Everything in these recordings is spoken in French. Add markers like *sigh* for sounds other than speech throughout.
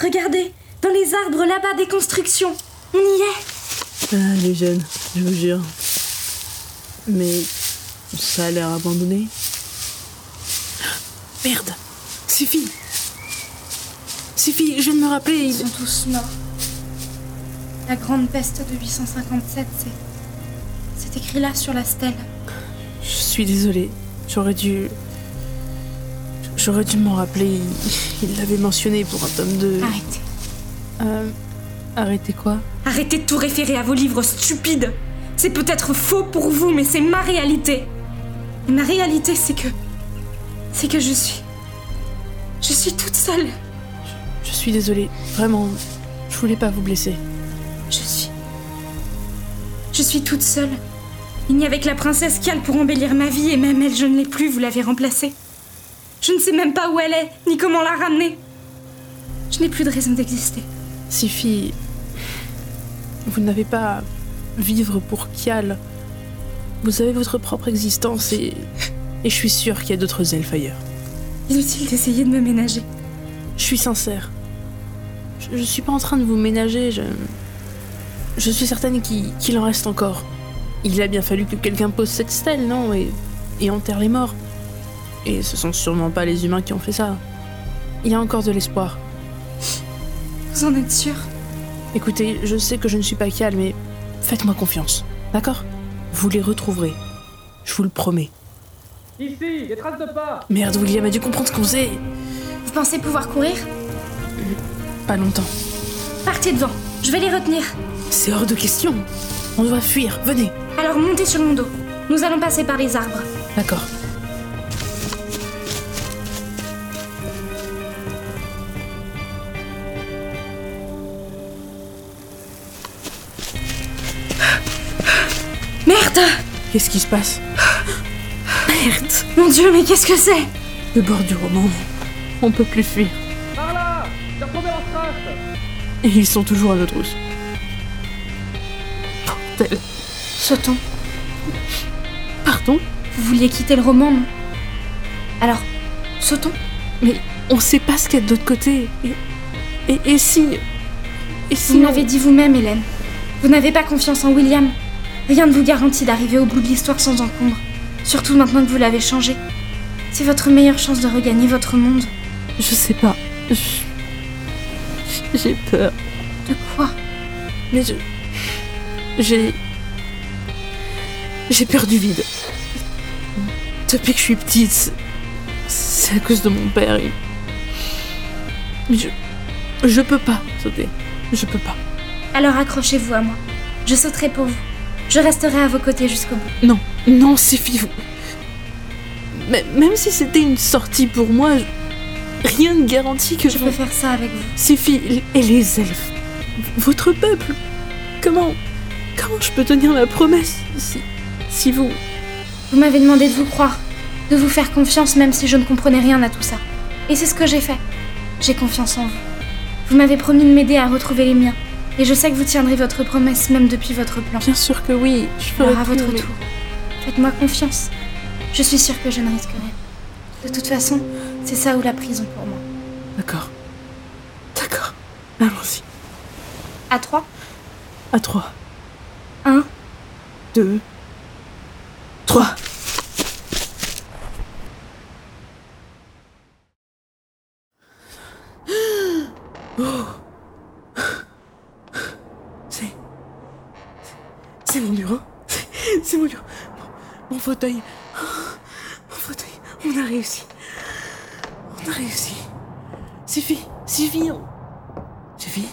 Regardez, dans les arbres là-bas des constructions. On y est. Ah, les jeunes, je vous jure. Mais ça a l'air abandonné. *gasps* Merde Suffit Suffit, je viens de me rappeler, Ils il- sont tous morts. La grande peste de 857, c'est. C'est écrit là sur la stèle. Je suis désolée, j'aurais dû... J'aurais dû m'en rappeler, *laughs* il- il l'avait mentionné pour un tome 2. Arrêtez. Euh, arrêtez quoi Arrêtez de tout référer à vos livres stupides. C'est peut-être faux pour vous, mais c'est ma réalité. Et ma réalité, c'est que. C'est que je suis. Je suis toute seule. Je suis désolée, vraiment, je voulais pas vous blesser. Je suis. Je suis toute seule. Il n'y avait que la princesse Cal pour embellir ma vie, et même elle, je ne l'ai plus, vous l'avez remplacée. Je ne sais même pas où elle est, ni comment la ramener. Je n'ai plus de raison d'exister. Sifi, vous n'avez pas à vivre pour Kial. Vous avez votre propre existence et, et je suis sûre qu'il y a d'autres elfes ailleurs. Inutile d'essayer de me ménager. Je suis sincère. Je, je suis pas en train de vous ménager, je, je suis certaine qu'il qu'il en reste encore. Il a bien fallu que quelqu'un pose cette stèle, non et, et enterre les morts. Et ce sont sûrement pas les humains qui ont fait ça. Il y a encore de l'espoir. Vous en êtes sûre Écoutez, je sais que je ne suis pas calme, mais faites-moi confiance, d'accord Vous les retrouverez. Je vous le promets. Ici, des traces de pas Merde, William a dû comprendre ce qu'on faisait. Vous pensez pouvoir courir Pas longtemps. Partez devant, je vais les retenir. C'est hors de question. On doit fuir, venez. Alors montez sur mon dos. Nous allons passer par les arbres. D'accord. Merde Qu'est-ce qui *sighs* se passe Merde Mon dieu, mais qu'est-ce que c'est Le bord du roman. On peut plus fuir. Par là J'ai retrouvé leurs traces Et ils sont toujours à nos trousses. Bordel. Sautons. Pardon Vous vouliez quitter le roman, non Alors, sautons. Mais on sait pas ce qu'il y a de l'autre côté. Et, et, et si... Et si... Vous on- m'avez dit vous-même, Hélène. Vous n'avez pas confiance en William. Rien ne vous garantit d'arriver au bout de l'histoire sans encombre. Surtout maintenant que vous l'avez changé. C'est votre meilleure chance de regagner votre monde. Je sais pas. Je- J'ai peur. De quoi Mais je. J'ai. J'ai peur du vide. Depuis que je suis petite, c'est- c'est à cause de mon père. il- Mais je. Je peux pas sauter. Je peux pas. Alors accrochez-vous à moi. Je sauterai pour vous. Je resterai à vos côtés jusqu'au bout. Non, non, suffit. Vous... Mais- Même si c'était une sortie pour moi, je- rien ne garantit que Je je. peux faire ça avec vous. Suffit, et les elfes Votre peuple Comment. Comment je peux tenir ma promesse si. si vous. Vous m'avez demandé de vous croire, de vous faire confiance même si je ne comprenais rien à tout ça. Et c'est ce que j'ai fait. J'ai confiance en vous. Vous m'avez promis de m'aider à retrouver les miens. Et je sais que vous tiendrez votre promesse même depuis votre plan. Bien sûr que oui, je ferai Alors à tout, votre mais- tour, faites-moi confiance. Je suis sûre que je ne risque rien. De toute façon, c'est ça ou la prison pour moi. D'accord. D'accord. Allons-y. À 3, À 3, 1, 2, 3. *gasps* C'est. C'est mon bureau. C'est- C'est mon bureau. Mon, mon fauteuil. Mon fauteuil. On a réussi. On a réussi. Suffit. Suffit. on- Suffit.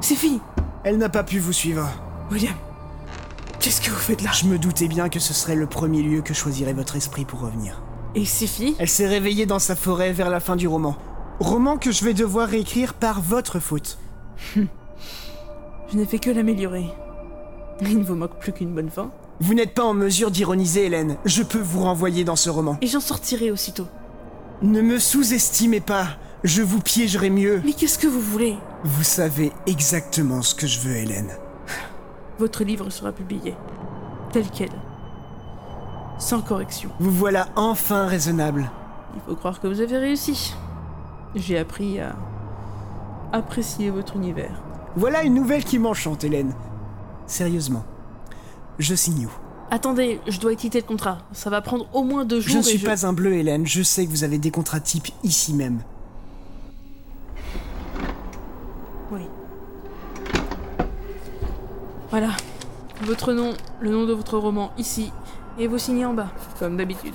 Suffit. Elle n'a pas pu vous suivre. William, qu'est-ce que vous faites là Je me doutais bien que ce serait le premier lieu que choisirait votre esprit pour revenir. Et Sifi Elle s'est réveillée dans sa forêt vers la fin du roman. Roman que je vais devoir réécrire par votre faute. Je n'ai fait que l'améliorer. Il ne vous manque plus qu'une bonne fin. Vous n'êtes pas en mesure d'ironiser, Hélène. Je peux vous renvoyer dans ce roman. Et j'en sortirai aussitôt. Ne me sous-estimez pas. Je vous piégerai mieux. Mais qu'est-ce que vous voulez Vous savez exactement ce que je veux, Hélène. Votre livre sera publié. Tel quel. Sans correction. Vous voilà enfin raisonnable. Il faut croire que vous avez réussi. J'ai appris à... apprécier votre univers. Voilà une nouvelle qui m'enchante, Hélène. Sérieusement. Je signe où Attendez, je dois éditer le contrat. Ça va prendre au moins deux jours. Je ne et suis pas un bleu, Hélène. Je sais que vous avez des contrats types ici même. Oui. Voilà. Votre nom, le nom de votre roman ici, et vous signez en bas, comme d'habitude.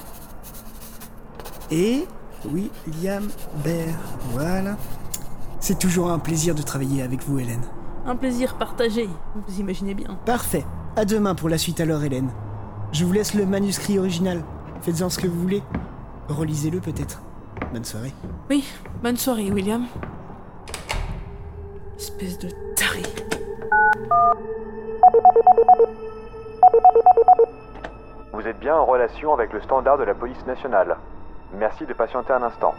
Et William Baird. Voilà. C'est toujours un plaisir de travailler avec vous, Hélène. Un plaisir partagé, vous imaginez bien. Parfait. À demain pour la suite alors, Hélène. Je vous laisse le manuscrit original. Faites-en ce que vous voulez. Relisez-le peut-être. Bonne soirée. Oui, bonne soirée, William. Espèce de taré. Vous êtes bien en relation avec le standard de la police nationale. Merci de patienter un instant.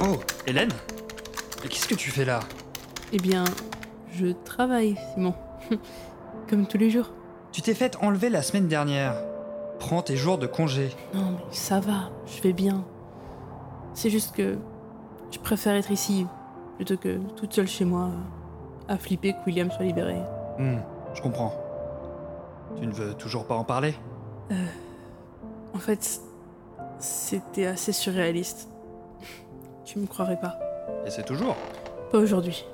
Oh, Hélène Mais Qu'est-ce que tu fais là Eh bien, je travaille, Simon. *laughs* comme tous les jours. Tu t'es faite enlever la semaine dernière. Prends tes jours de congé. Non, mais ça va, je vais bien. C'est juste que je préfère être ici plutôt que toute seule chez moi à flipper que William soit libéré. Hmm, je comprends. Tu ne veux toujours pas en parler En fait, c'était assez surréaliste. Tu me croirais pas. Et c'est toujours. Pas aujourd'hui.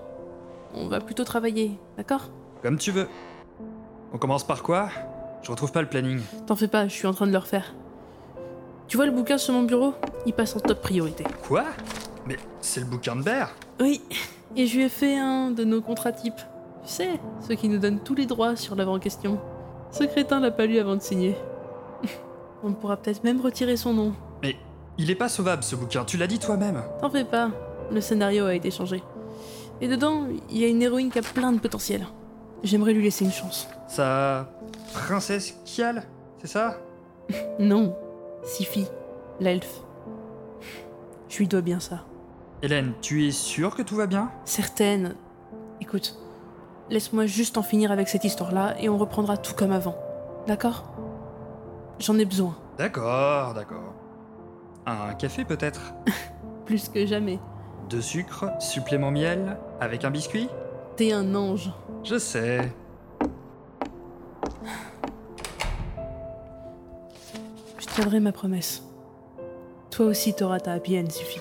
On va plutôt travailler, d'accord Comme tu veux. On commence par quoi Je retrouve pas le planning. T'en fais pas, je suis en train de le refaire. Tu vois le bouquin sur mon bureau Il passe en top priorité. Quoi Mais c'est le bouquin de Bear Oui, et je lui ai fait un de nos contrats types. Tu sais, ceux qui nous donnent tous les droits sur l'œuvre en question. Ce crétin l'a pas lu avant de signer. *laughs* On pourra peut-être même retirer son nom. Mais il est pas sauvable ce bouquin, tu l'as dit toi-même. T'en fais pas, le scénario a été changé. Et dedans, il y a une héroïne qui a plein de potentiel. J'aimerais lui laisser une chance. Sa. princesse Kial C'est ça Non, Sifi, l'elfe. Je lui dois bien ça. Hélène, tu es sûre que tout va bien Certaines. Écoute, laisse-moi juste en finir avec cette histoire-là et on reprendra tout comme avant. D'accord J'en ai besoin, D'accord, d'accord. Un café peut-être plus que jamais. De sucre, supplément miel, avec un biscuit T'es un ange. Je sais. Je tiendrai ma promesse. Toi aussi t'auras ta happy end, Sifi.